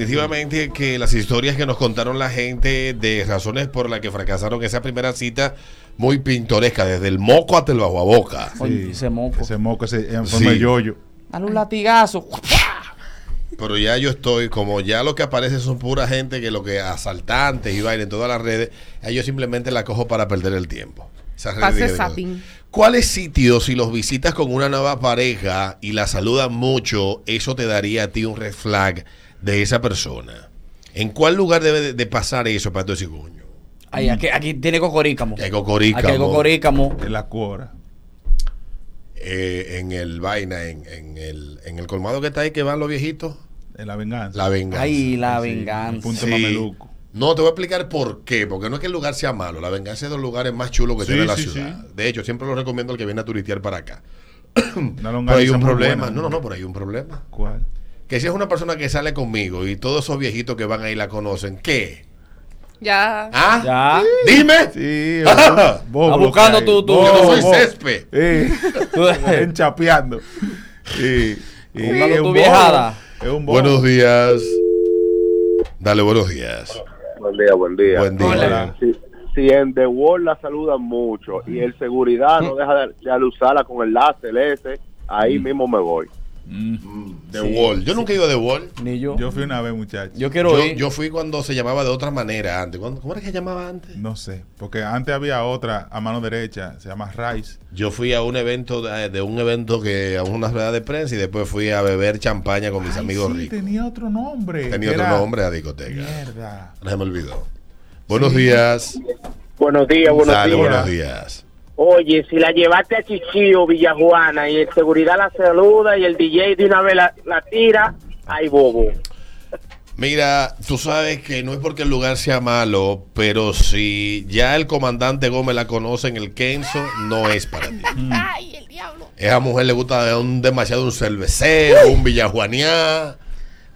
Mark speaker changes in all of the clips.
Speaker 1: definitivamente que las historias que nos contaron la gente de razones por las que fracasaron esa primera cita, muy pintoresca, desde el moco hasta el bajo a boca.
Speaker 2: Oye, ese moco.
Speaker 3: Ese moco ese, en forma
Speaker 1: Sí.
Speaker 3: de yoyo.
Speaker 2: Dale un latigazo.
Speaker 1: Pero ya yo estoy, como ya lo que aparece son pura gente que lo que asaltantes y bailan en todas las redes, ya yo simplemente la cojo para perder el tiempo. Esas redes
Speaker 4: Pase
Speaker 1: de- de-
Speaker 4: zapping.
Speaker 1: ¿Cuáles sitios, si los visitas con una nueva pareja y la saludan mucho, eso te daría a ti un red flag de esa persona? ¿En cuál lugar debe de, de pasar eso para tu decir, coño?
Speaker 2: Ay, aquí, aquí tiene cocorícamo.
Speaker 1: Aquí hay cocorícamo.
Speaker 2: Aquí hay cocorícamo.
Speaker 3: En la cuora.
Speaker 1: Eh, en el vaina, en, en el, en el colmado que está ahí que van los viejitos,
Speaker 3: En la venganza.
Speaker 1: la venganza.
Speaker 2: Ay, la
Speaker 3: Sí, el
Speaker 2: venganza.
Speaker 3: punto
Speaker 1: Sí.
Speaker 3: mameluco.
Speaker 1: No, te voy a explicar por qué. Porque no es que el lugar sea malo. La venganza es de los lugares más chulos que
Speaker 3: Sí,
Speaker 1: tiene la
Speaker 3: sí,
Speaker 1: ciudad.
Speaker 3: sí.
Speaker 1: De hecho, siempre lo recomiendo al que viene a turistear para acá.
Speaker 3: Una
Speaker 1: Pero
Speaker 3: longaniza
Speaker 1: hay un
Speaker 3: muy
Speaker 1: problema.
Speaker 3: buena.
Speaker 1: No, no, no, pero hay un problema.
Speaker 3: ¿Cuál?
Speaker 1: Que si es una persona que sale conmigo y todos esos viejitos que van ahí la conocen, ¿qué?
Speaker 4: Ya.
Speaker 1: ¿Ah?
Speaker 2: Ya.
Speaker 1: Dime.
Speaker 3: Sí,
Speaker 1: Ah,
Speaker 3: bobo,
Speaker 2: ah,
Speaker 3: lo
Speaker 2: buscando
Speaker 3: que hay.
Speaker 2: tú- tú.
Speaker 1: Yo no soy
Speaker 3: Bobo.
Speaker 1: césped.
Speaker 3: Eh,
Speaker 2: Tú-
Speaker 3: ven chapeando. Y- y
Speaker 2: Buscando tu
Speaker 3: bobo.
Speaker 2: viejada.
Speaker 3: Es un bobo.
Speaker 1: Buenos días. Dale, buenos días.
Speaker 5: Buen día, buen día.
Speaker 1: Buen día.
Speaker 3: Hola.
Speaker 5: Si, si en The Wall la saludan mucho y el seguridad
Speaker 1: Mm.
Speaker 5: no deja de, de alusarla con el láser ese, ahí mismo me voy.
Speaker 3: Mm,
Speaker 1: The
Speaker 2: Sí,
Speaker 1: Wall. Yo nunca he ido a The Wall.
Speaker 2: Ni yo.
Speaker 3: Yo fui una vez, muchacho.
Speaker 2: Yo quiero
Speaker 1: Yo,
Speaker 2: ir.
Speaker 1: yo fui cuando se llamaba de otra manera antes. ¿Cuándo- ¿Cómo era que se llamaba antes?
Speaker 3: No sé, porque antes había otra a mano derecha, se llama Rice.
Speaker 1: Yo fui a un evento de, de un evento que a una rueda de prensa y después fui a beber champaña con mis
Speaker 3: Ay,
Speaker 1: amigos
Speaker 3: sí,
Speaker 1: ricos.
Speaker 3: tenía otro nombre.
Speaker 1: Tenía
Speaker 3: que
Speaker 1: otro
Speaker 3: era-
Speaker 1: nombre a discoteca.
Speaker 3: Mierda.
Speaker 1: No se me olvidó. Buenos días.
Speaker 5: Buenos días, buenos
Speaker 1: Dale,
Speaker 5: días.
Speaker 1: buenos días.
Speaker 6: Oye, si la llevaste a Chichío, Villajuana, y el seguridad la saluda y el DJ de una vez la, la tira, ay, bobo.
Speaker 1: Mira, tú sabes que no es porque el lugar sea malo, pero si ya el comandante Gómez la conoce en el Kenzo, no es para ti.
Speaker 4: Ay, el diablo.
Speaker 1: Esa mujer le gusta un, demasiado un cervecero, un villajuanear.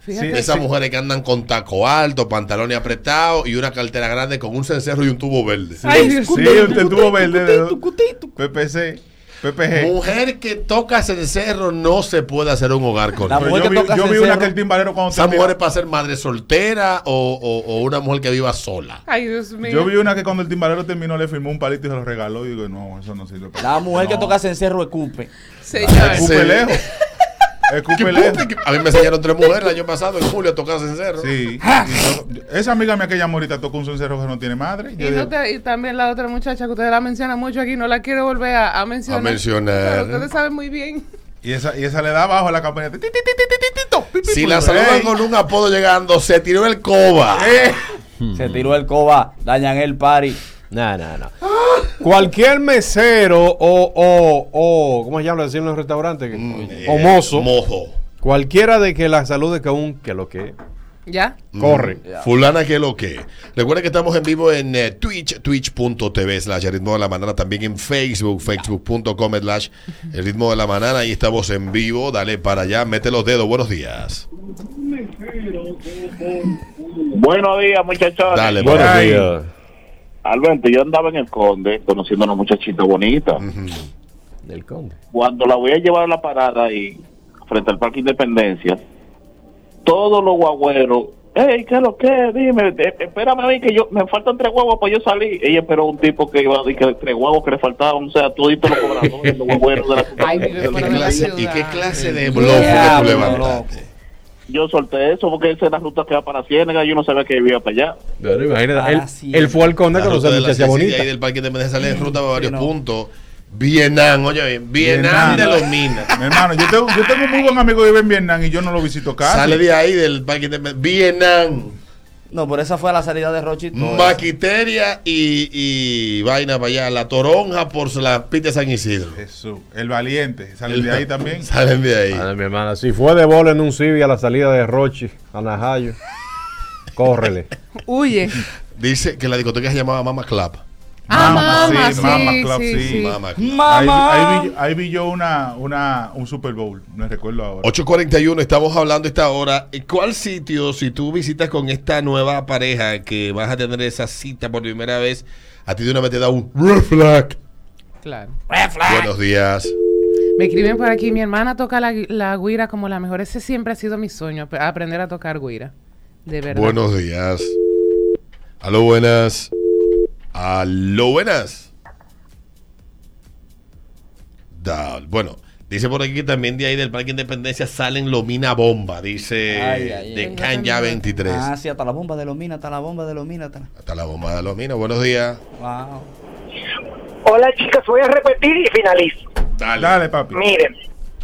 Speaker 3: Sí,
Speaker 1: De esas
Speaker 3: sí.
Speaker 1: mujeres que andan con taco alto, pantalones apretados y una cartera grande con un cencerro y un tubo verde.
Speaker 4: Ay,
Speaker 3: Sí,
Speaker 4: discute,
Speaker 3: usted
Speaker 4: discute,
Speaker 3: tuvo verde de-
Speaker 4: discute, discute.
Speaker 3: PPC, PPG.
Speaker 1: Mujer que toca cencerro no se puede hacer un hogar con
Speaker 2: La
Speaker 1: ella.
Speaker 3: Pero
Speaker 2: mujer
Speaker 3: yo
Speaker 2: que
Speaker 3: vi,
Speaker 2: toca
Speaker 3: yo vi
Speaker 2: cencerro.
Speaker 3: una que el timbalero cuando
Speaker 1: Esa
Speaker 3: terminaba-
Speaker 1: mujer es para ser madre soltera o, o- o una mujer que viva sola.
Speaker 4: Ay, Dios mío.
Speaker 3: Yo vi una que cuando el timbalero terminó le firmó un palito y se lo regaló. Y digo, no, eso no sirve. para-
Speaker 2: La mujer que
Speaker 3: No.
Speaker 2: toca cencerro escupe.
Speaker 4: Señor.
Speaker 1: Sí.
Speaker 3: Escupe lejos. Escupe lejos.
Speaker 1: A mí me enseñaron tres mujeres el año pasado en julio a tocar cencerro.
Speaker 3: Sí. Y yo- esa amiga mía que llamó ahorita tocó un cencerro que no tiene madre. Yo
Speaker 4: Y, no
Speaker 3: digo,
Speaker 4: te- y también la otra muchacha que ustedes la mencionan mucho aquí, no la quiero volver a, a mencionar.
Speaker 1: A mencionar.
Speaker 4: Pero ustedes saben muy bien.
Speaker 3: y, esa, y esa le da abajo a la campanita. Ti, ti, ti, ti, ti, ti, to,
Speaker 4: este
Speaker 3: pi, pi,
Speaker 1: Si
Speaker 3: pi.
Speaker 1: la saludan
Speaker 3: Ey.
Speaker 1: con un apodo llegando, se tiró el coba.
Speaker 3: Eh.
Speaker 2: Se tiró el coba. Dañan el party.
Speaker 7: No, no, no. Cualquier mesero o, o, o, ¿cómo se llama así en los restaurantes? o
Speaker 1: Eh,
Speaker 7: mozo.
Speaker 1: Mozo.
Speaker 7: cualquiera de que la salude con un que lo que.
Speaker 4: ¿Ya?
Speaker 7: Corre.
Speaker 1: Mm, Fulana, que lo que. Recuerda que estamos en vivo en eh, Twitch, twitch.tv slash el ritmo de la mañana. También en Facebook, facebook.com slash el ritmo de la mañana. Ahí estamos en vivo. Dale para allá, mete los dedos. Buenos días.
Speaker 8: Buenos días, muchachos.
Speaker 1: Dale,
Speaker 3: Buenos
Speaker 1: para-
Speaker 3: días.
Speaker 8: Alberto, yo andaba en el Conde conociendo a una muchachita bonita.
Speaker 1: Ujú.
Speaker 7: Del conde.
Speaker 8: Cuando la voy a llevar a la parada ahí, frente al Parque Independencia, todos los guagüeros, hey, ¿qué es lo que? Dime, eh, espérame a mí que yo, me faltan tres guaguas para yo salir. Ella esperó un tipo que iba a que tres guaguas que le faltaban, o sea, todito los cobradores, los guagüeros de la
Speaker 4: Ay, mi
Speaker 1: ¿Y qué
Speaker 4: Pero de la
Speaker 1: clase,
Speaker 4: ciudad.
Speaker 1: y qué clase de
Speaker 2: Sí.
Speaker 1: blog fue que tú
Speaker 2: Diablo,
Speaker 1: levantaste?
Speaker 8: Yo solté eso porque esa es la ruta que va para Ciénaga, yo no sabía que vivía para allá.
Speaker 7: Bueno, imagínate,
Speaker 2: Ah,
Speaker 7: él,
Speaker 2: sí.
Speaker 7: él fue al conde
Speaker 1: La
Speaker 7: con
Speaker 1: ruta
Speaker 7: esa
Speaker 1: de la
Speaker 7: muchacha
Speaker 1: Cecilia
Speaker 7: bonita.
Speaker 1: ahí del parque de Independencia sale en ruta para varios
Speaker 2: no.
Speaker 1: puntos. Vienan, oye bien, Vienan
Speaker 3: Vienan.
Speaker 1: de los minas.
Speaker 3: Mi hermano, yo tengo, yo tengo un muy buen amigo que vive en Vietnam y yo no lo visito casi.
Speaker 1: Sale de ahí del parque de Vienan,
Speaker 2: No, pero esa fue la salida de Rochi. todo
Speaker 1: Maquiteria y, y vaina para allá. La toronja por la pista de San Isidro.
Speaker 3: Jesús, el valiente, sale de ahí también.
Speaker 1: Salen de ahí.
Speaker 7: Madre mi hermana, si fue de bola en un cibi a la salida de Rochi, a Najayo, córrele.
Speaker 4: Huye.
Speaker 1: Dice que la discoteca se llamaba Mama Club.
Speaker 4: Ah,
Speaker 3: Mama,
Speaker 4: mama,
Speaker 3: sí,
Speaker 4: sí,
Speaker 3: Mama
Speaker 4: sí,
Speaker 3: Club,
Speaker 4: sí,
Speaker 3: sí,
Speaker 4: sí.
Speaker 1: Mama
Speaker 2: eso.
Speaker 1: Club.
Speaker 2: ¡Mamá!
Speaker 3: Ahí, vi- ahí vi, ahí vi yo una, una, un Super Bowl, no recuerdo
Speaker 1: Oh,
Speaker 3: ahora.
Speaker 1: 8.41, estamos hablando esta hora. ¿Y ¿Cuál sitio, si tú visitas con esta nueva pareja que vas a tener esa cita por primera vez, a ti de una vez te da un red flag?
Speaker 4: Claro.
Speaker 1: Buenos días.
Speaker 4: Me escriben por aquí, mi hermana toca la, gui- la guira como la mejor. Ese siempre ha sido mi sueño, ap- aprender a tocar guira. De verdad.
Speaker 1: Buenos días. Aló, buenas. Aló, buenas. Da- bueno, dice por aquí que también de ahí del Parque Independencia salen Lomina Bomba, dice
Speaker 2: Ay, ay,
Speaker 1: de
Speaker 2: ay.
Speaker 1: Canya 23.
Speaker 2: Ah, sí, hasta la bomba de Lomina, hasta la bomba de Lomina. Hasta la...
Speaker 1: Hasta la bomba de Lomina, buenos días.
Speaker 2: Wow.
Speaker 6: Hola chicas, voy a repetir y finalizo.
Speaker 1: Dale.
Speaker 3: Dale, papi.
Speaker 6: Miren,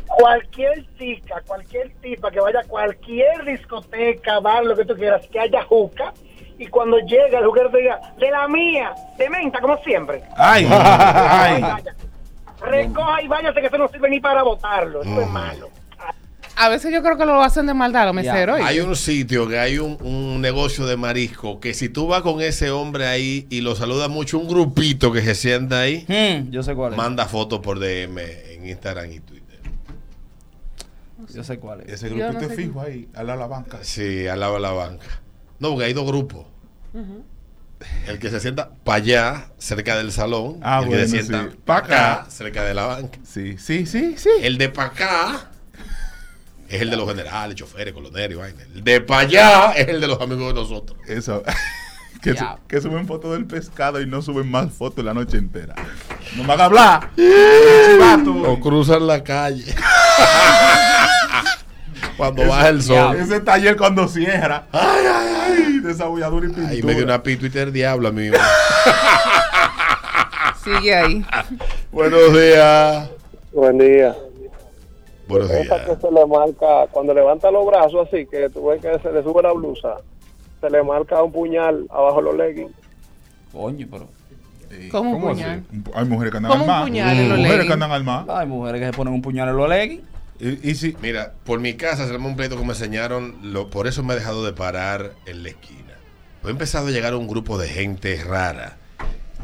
Speaker 6: cualquier chica, cualquier tipa que vaya a cualquier discoteca, bar, lo que tú quieras, que haya juca, y cuando llega el juguero te diga, de la mía, de menta, como siempre.
Speaker 3: Ay, ay.
Speaker 6: Vaya. Recoja y váyase que eso no sirve ni para
Speaker 9: Pues,
Speaker 6: votarlo, eso es
Speaker 1: Mm.
Speaker 6: malo.
Speaker 4: A veces yo creo que lo hacen de maldad los meseros. ¿oíste?
Speaker 1: Hay un sitio que hay un, un negocio de marisco que si tú vas con ese hombre ahí y lo saluda mucho, un grupito que se sienta ahí,
Speaker 2: Hmm, yo sé cuál es.
Speaker 1: manda fotos por DM en Instagram y Twitter.
Speaker 2: Yo sé cuál es.
Speaker 3: Ese
Speaker 4: Yo
Speaker 3: grupito
Speaker 4: no sé
Speaker 3: fijo ahí, al lado de la banca.
Speaker 1: Pues Sí, al lado de la banca. No, porque hay dos grupos. El que se sienta para allá, cerca del salón.
Speaker 3: Ah,
Speaker 1: y el que se
Speaker 3: bueno,
Speaker 1: sienta
Speaker 3: sí.
Speaker 1: para
Speaker 3: Pa'
Speaker 1: acá,
Speaker 3: acá.
Speaker 1: cerca de la banca.
Speaker 3: Sí, sí, sí, sí.
Speaker 1: El de para acá es el de los generales, choferes, coloneros y vaina. El de para allá es el de los amigos de nosotros.
Speaker 3: Eso. que, su-
Speaker 2: Ya.
Speaker 3: que suben fotos del pescado y no suben más fotos la noche entera. No me hagas hablar.
Speaker 1: O
Speaker 3: Chivato.
Speaker 1: cruzan la calle. Cuando baja el sol.
Speaker 3: Ese taller cuando cierra. Ay, ay, ay. Desabulladura y pintura.
Speaker 1: Ahí me dio una pito y te el diablo, amigo.
Speaker 4: Sigue ahí.
Speaker 1: Buenos días.
Speaker 5: Buen día.
Speaker 6: Ah.
Speaker 1: Buenos
Speaker 5: Esa que
Speaker 1: días.
Speaker 5: se le marca, cuando levanta los brazos así, que tú ves que se le sube la blusa, se le marca un puñal abajo los leggings.
Speaker 2: Coño, pero.
Speaker 4: Como un
Speaker 7: ¿Cómo
Speaker 4: puñal.
Speaker 3: Hay mujeres que andan
Speaker 4: Como
Speaker 3: al
Speaker 4: un
Speaker 3: mar.
Speaker 4: puñal en los
Speaker 3: mujeres
Speaker 4: leggings.
Speaker 3: que andan al mar.
Speaker 2: Hay mujeres que se ponen un puñal en los leggings.
Speaker 3: Y, y si.
Speaker 1: Mira, por mi casa se armó un pleito que me enseñaron, lo, por eso me he dejado de parar en la esquina. Pues he empezado a llegar a un grupo de gente rara.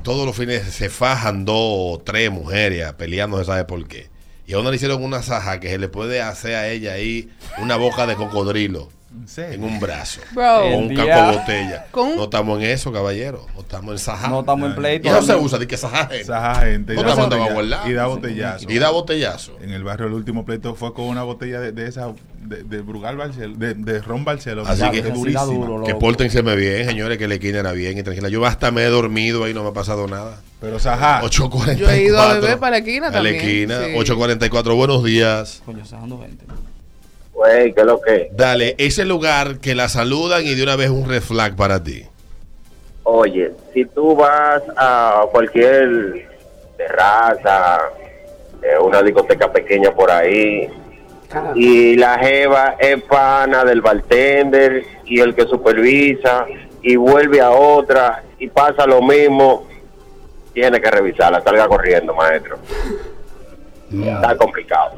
Speaker 1: Todos los fines se fajan dos o tres mujeres a pelear, no se sabe por qué. Y a una le hicieron una saja que se le puede hacer a ella ahí una boca de cocodrilo
Speaker 3: En
Speaker 1: en
Speaker 3: serio.
Speaker 1: un brazo.
Speaker 4: Bro.
Speaker 1: O un
Speaker 2: El
Speaker 1: caco
Speaker 2: día-
Speaker 1: botella.
Speaker 4: Con-
Speaker 1: No estamos en eso, caballero. No estamos en saja.
Speaker 2: No estamos en pleito.
Speaker 1: Ah, y eso se usa, de que saja gente.
Speaker 3: Esa gente.
Speaker 1: No
Speaker 3: y da
Speaker 1: te mandaban
Speaker 3: botellazo,
Speaker 1: a volar.
Speaker 3: Y da botellazo.
Speaker 1: Y da botellazo.
Speaker 3: En el barrio el último pleito fue con una botella de, de esa de, de Brugal Barcelona, de, de Ron Barcelona.
Speaker 1: Así
Speaker 2: La
Speaker 1: que-
Speaker 2: virgen sí da
Speaker 3: durísima.
Speaker 2: duro,
Speaker 1: Que
Speaker 2: loco.
Speaker 1: pórtense bien, señores, que la esquina era bien y tranquila. Yo hasta me he dormido ahí, no me ha pasado nada.
Speaker 3: Pero Sajá,
Speaker 1: 8.44.
Speaker 4: Yo he ido a beber para la esquina
Speaker 1: A la
Speaker 4: también,
Speaker 1: esquina,
Speaker 4: sí.
Speaker 1: 8.44. Buenos días.
Speaker 2: Coño, se dando gente.
Speaker 5: Güey, ¿qué es lo que?
Speaker 1: Dale, ese lugar que la saludan y de una vez un red flag para ti.
Speaker 5: Oye, si tú vas a cualquier terraza, eh, una discoteca pequeña por ahí, y la jeva es pana del bartender y el que supervisa, y vuelve a otra y pasa lo mismo, tiene que revisarla, salga corriendo, maestro. Está complicado.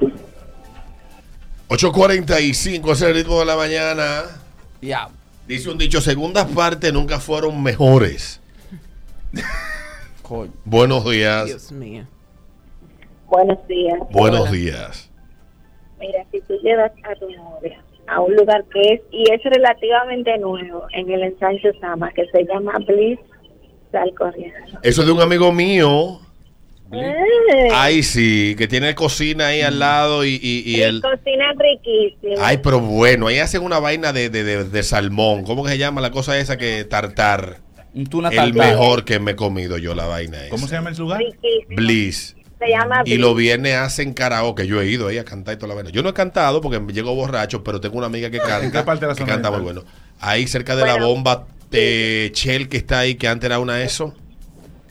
Speaker 1: 8.45 es el ritmo de la mañana.
Speaker 2: Ya.
Speaker 1: Dice un dicho, segundas partes nunca fueron mejores.
Speaker 2: Coño.
Speaker 1: Buenos días.
Speaker 4: Dios mío.
Speaker 9: Buenos días.
Speaker 1: Buenos días.
Speaker 9: Mira, si tú llevas a tu novia a un lugar que es, y es relativamente nuevo, en el ensanche Sama, que se llama Bliss, sal corriendo.
Speaker 1: Eso es de un amigo mío.
Speaker 9: Eh,
Speaker 1: Ay, sí, que tiene cocina ahí al lado y, y, y
Speaker 9: y
Speaker 1: el...
Speaker 9: Cocinan riquísimo.
Speaker 1: Ay, pues, pero bueno, ahí hacen una vaina de, de, de- de salmón. ¿Cómo que se llama la cosa esa que tartar?
Speaker 2: Un tuna
Speaker 1: El
Speaker 2: tartar.
Speaker 1: mejor que me he comido yo la vaina esa.
Speaker 3: ¿cómo se llama el lugar?
Speaker 9: riquísimo.
Speaker 1: Bliss.
Speaker 9: Se llama
Speaker 1: Y
Speaker 9: Ah, Bliss.
Speaker 1: los viernes hacen karaoke. Yo he ido ahí a cantar y toda la vaina. Yo no he cantado porque me llego borracho, pero tengo una amiga que canta.
Speaker 3: qué parte de la
Speaker 1: que
Speaker 3: zona
Speaker 1: canta muy
Speaker 3: oriental?
Speaker 1: bueno. Ahí cerca de la
Speaker 9: Bueno.
Speaker 1: bomba de Shell que está ahí, que antes era una eso.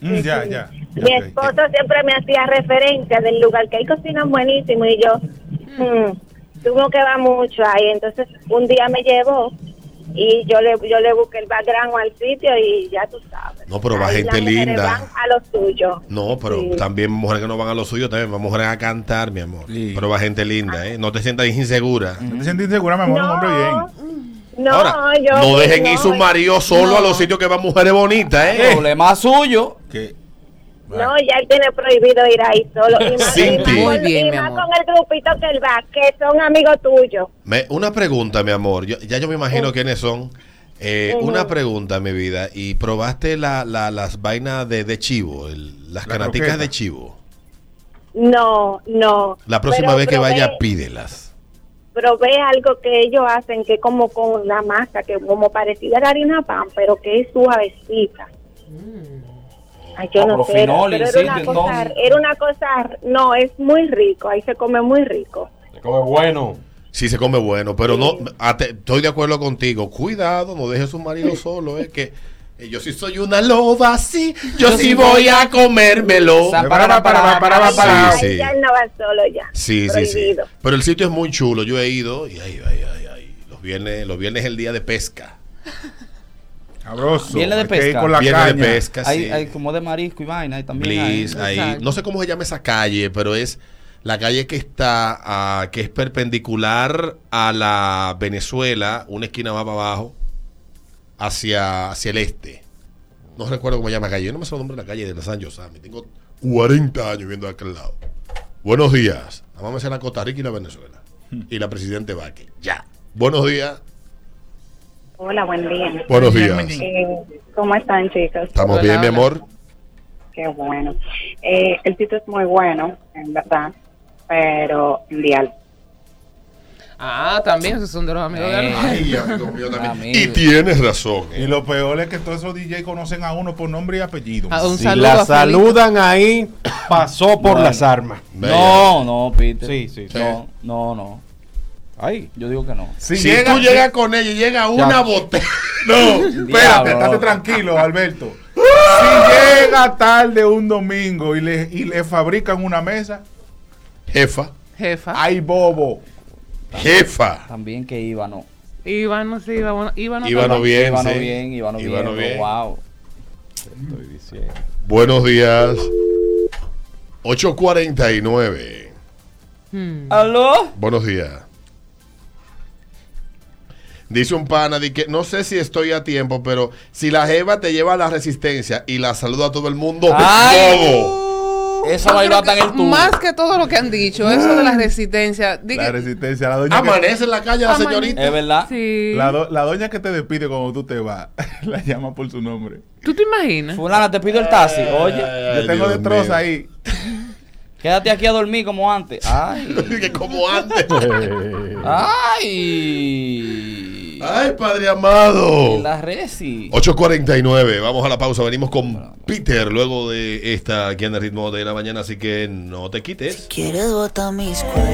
Speaker 3: Mm, ya, ya. ya,
Speaker 9: Mi
Speaker 3: ok.
Speaker 9: esposo siempre me hacía referencia del lugar que hay cocinan buenísimo y yo mm, tuvo que va mucho ahí. Entonces un día me llevó y yo le yo le busqué el background al sitio y ya tú sabes.
Speaker 1: No, pero va
Speaker 9: Ahí
Speaker 1: gente
Speaker 9: las mujeres
Speaker 1: linda.
Speaker 9: Van a lo suyo.
Speaker 1: No, pero
Speaker 9: Sí.
Speaker 1: también mujeres que no van a lo suyo, también van mujeres a cantar, mi amor.
Speaker 3: Sí.
Speaker 1: Pero va gente linda, ¿eh? No te sientas insegura.
Speaker 3: No te sientes insegura, mi amor, un hombre bien.
Speaker 9: No,
Speaker 1: Ahora,
Speaker 9: yo
Speaker 1: no dejen ir
Speaker 9: no,
Speaker 1: sus maridos solo a los sitios que van mujeres bonitas, ¿eh?
Speaker 2: Problema suyo.
Speaker 3: Que,
Speaker 9: No, ya él tiene prohibido ir ahí solo. Y más, y
Speaker 1: Cinti.
Speaker 9: más con-
Speaker 1: Muy
Speaker 4: bien,
Speaker 9: y
Speaker 4: mi
Speaker 9: más
Speaker 4: amor.
Speaker 9: con el grupito que él va, que son amigos tuyos.
Speaker 1: Me- una pregunta, mi amor. Yo- ya yo me imagino quiénes son. Eh,
Speaker 9: Ujú.
Speaker 1: Una pregunta, mi vida. ¿Y probaste la- la- las vainas de, de chivo? el- las
Speaker 3: La
Speaker 1: canaticas
Speaker 3: croqueta.
Speaker 1: de chivo.
Speaker 9: No, no.
Speaker 1: La próxima
Speaker 9: Pero
Speaker 1: vez que
Speaker 9: probé-
Speaker 1: vaya, pídelas.
Speaker 9: probé algo que ellos hacen que es como con la masa, que como parecida a la harina pan, pero que es suavecita.
Speaker 1: Mm.
Speaker 9: Ay, yo
Speaker 2: Ah,
Speaker 9: no
Speaker 2: pero
Speaker 9: sé, era-
Speaker 2: finoli,
Speaker 9: pero
Speaker 2: sí,
Speaker 9: era, una cosa,
Speaker 2: entonces.
Speaker 9: era una cosa, no, es muy rico, ahí se come muy rico.
Speaker 7: Se come bueno.
Speaker 1: Sí, se come bueno, pero no, ate- estoy de acuerdo contigo. Cuidado, no dejes a su marido solo, es que eh, yo sí soy una loba, sí, yo, sí voy a comérmelo.
Speaker 2: Sa- para, para, para, para,
Speaker 1: para.
Speaker 9: Ahí
Speaker 1: Sí,
Speaker 9: ya
Speaker 1: sí.
Speaker 9: él no va solo ya.
Speaker 1: Sí, sí, sí.
Speaker 9: prohibido.
Speaker 1: Pero el sitio es muy chulo, yo he ido y ay, ay, ay, ay. Los viernes, los viernes es el día de pesca.
Speaker 3: Sabroso.
Speaker 2: Viene de
Speaker 3: Hay que ir
Speaker 2: pesca.
Speaker 3: con la
Speaker 1: Viene de
Speaker 3: caña.
Speaker 1: pesca. Casi.
Speaker 2: Hay, hay como de marisco y vaina y también. hay-
Speaker 1: Bliss, ahí.
Speaker 4: Exacto.
Speaker 1: No sé cómo se llama esa calle, pero es la calle que está, ah, que es perpendicular a la Venezuela, una esquina más para abajo, hacia, hacia el este. No recuerdo cómo se llama la calle. Yo no me sé el nombre de la calle de la San Yosami. Tengo 40 años viendo de aquel lado. Buenos días. Vamos a hacer la Costa Rica y la Venezuela.
Speaker 2: Hmm.
Speaker 1: Y la presidente Vázquez. Ya. Buenos días.
Speaker 9: Hola, buen día.
Speaker 1: Buenos días.
Speaker 9: Eh, ¿Cómo están, chicos?
Speaker 1: Estamos
Speaker 4: Hola,
Speaker 1: bien, mi
Speaker 4: hola.
Speaker 1: amor.
Speaker 9: Qué bueno. Eh, el sitio es muy bueno, en verdad, pero mundial.
Speaker 4: Ah, también, esos son de los amigos de Alma.
Speaker 1: Ay, amigo mío también.
Speaker 2: Amigo.
Speaker 1: Y tienes razón.
Speaker 3: Y
Speaker 1: ¿eh?
Speaker 3: lo peor es que todos esos DJ conocen a uno por nombre y apellido.
Speaker 4: Ah, un
Speaker 7: Si
Speaker 4: saludo
Speaker 7: la
Speaker 4: a Felito.
Speaker 7: saludan ahí, pasó por
Speaker 2: Bueno.
Speaker 7: las armas.
Speaker 2: No, no, Peter.
Speaker 7: Sí, sí, sí.
Speaker 2: No, no, no.
Speaker 7: Ahí.
Speaker 2: Yo digo que no.
Speaker 3: Si,
Speaker 1: si
Speaker 3: llega-
Speaker 1: tú llegas con ella y llega una
Speaker 7: Ya.
Speaker 1: botella.
Speaker 3: No, espérate,
Speaker 2: Diablo.
Speaker 3: estate tranquilo, Alberto. Si llega tarde un domingo y le, y le fabrican una mesa,
Speaker 1: Jefa,
Speaker 4: Jefa.
Speaker 3: hay bobo.
Speaker 1: jefa.
Speaker 2: También que iba, no.
Speaker 4: Iba, no sé, iba, bueno, iba, no
Speaker 1: Iba, no
Speaker 4: tampoco.
Speaker 1: bien.
Speaker 2: Iba no
Speaker 1: sí.
Speaker 2: bien, iba no
Speaker 1: Iba no
Speaker 2: bien.
Speaker 1: bien.
Speaker 2: Wow.
Speaker 7: Estoy diciendo.
Speaker 1: Buenos días. 8.49.
Speaker 4: Hmm.
Speaker 2: ¿Aló?
Speaker 1: Buenos días. Dice un pana de que no sé si estoy a tiempo, pero si la jeva te lleva a la resistencia y la saluda a todo el mundo,
Speaker 2: Ay.
Speaker 1: bobo.
Speaker 2: Esa bailata en el tubo.
Speaker 4: Más que todo lo que han dicho, eso de la resistencia. di
Speaker 3: La
Speaker 4: que-
Speaker 3: resistencia, la
Speaker 1: Ah,
Speaker 3: doña, que,
Speaker 1: Amanece en la calle la
Speaker 4: Amane-
Speaker 1: señorita.
Speaker 2: Es verdad.
Speaker 4: Sí.
Speaker 3: la, do- la doña que te despide cuando tú te vas, la llama por su nombre.
Speaker 4: ¿Tú te imaginas?
Speaker 2: Fulana, te pido el taxi.
Speaker 1: Eh.
Speaker 2: Oye,
Speaker 1: Ay,
Speaker 3: Yo tengo
Speaker 1: Dios
Speaker 3: destrozas
Speaker 1: mío.
Speaker 3: ahí.
Speaker 2: quédate aquí a dormir como antes. Ay.
Speaker 1: Que como antes.
Speaker 7: Eh,
Speaker 2: Ay.
Speaker 1: Ay, padre amado.
Speaker 2: Y La
Speaker 1: Oh.
Speaker 2: resi.
Speaker 1: 8.49, vamos a la pausa, venimos con Peter luego de esta aquí en el ritmo de la mañana, así que no te quites.
Speaker 10: Quieres botar mis cuernos.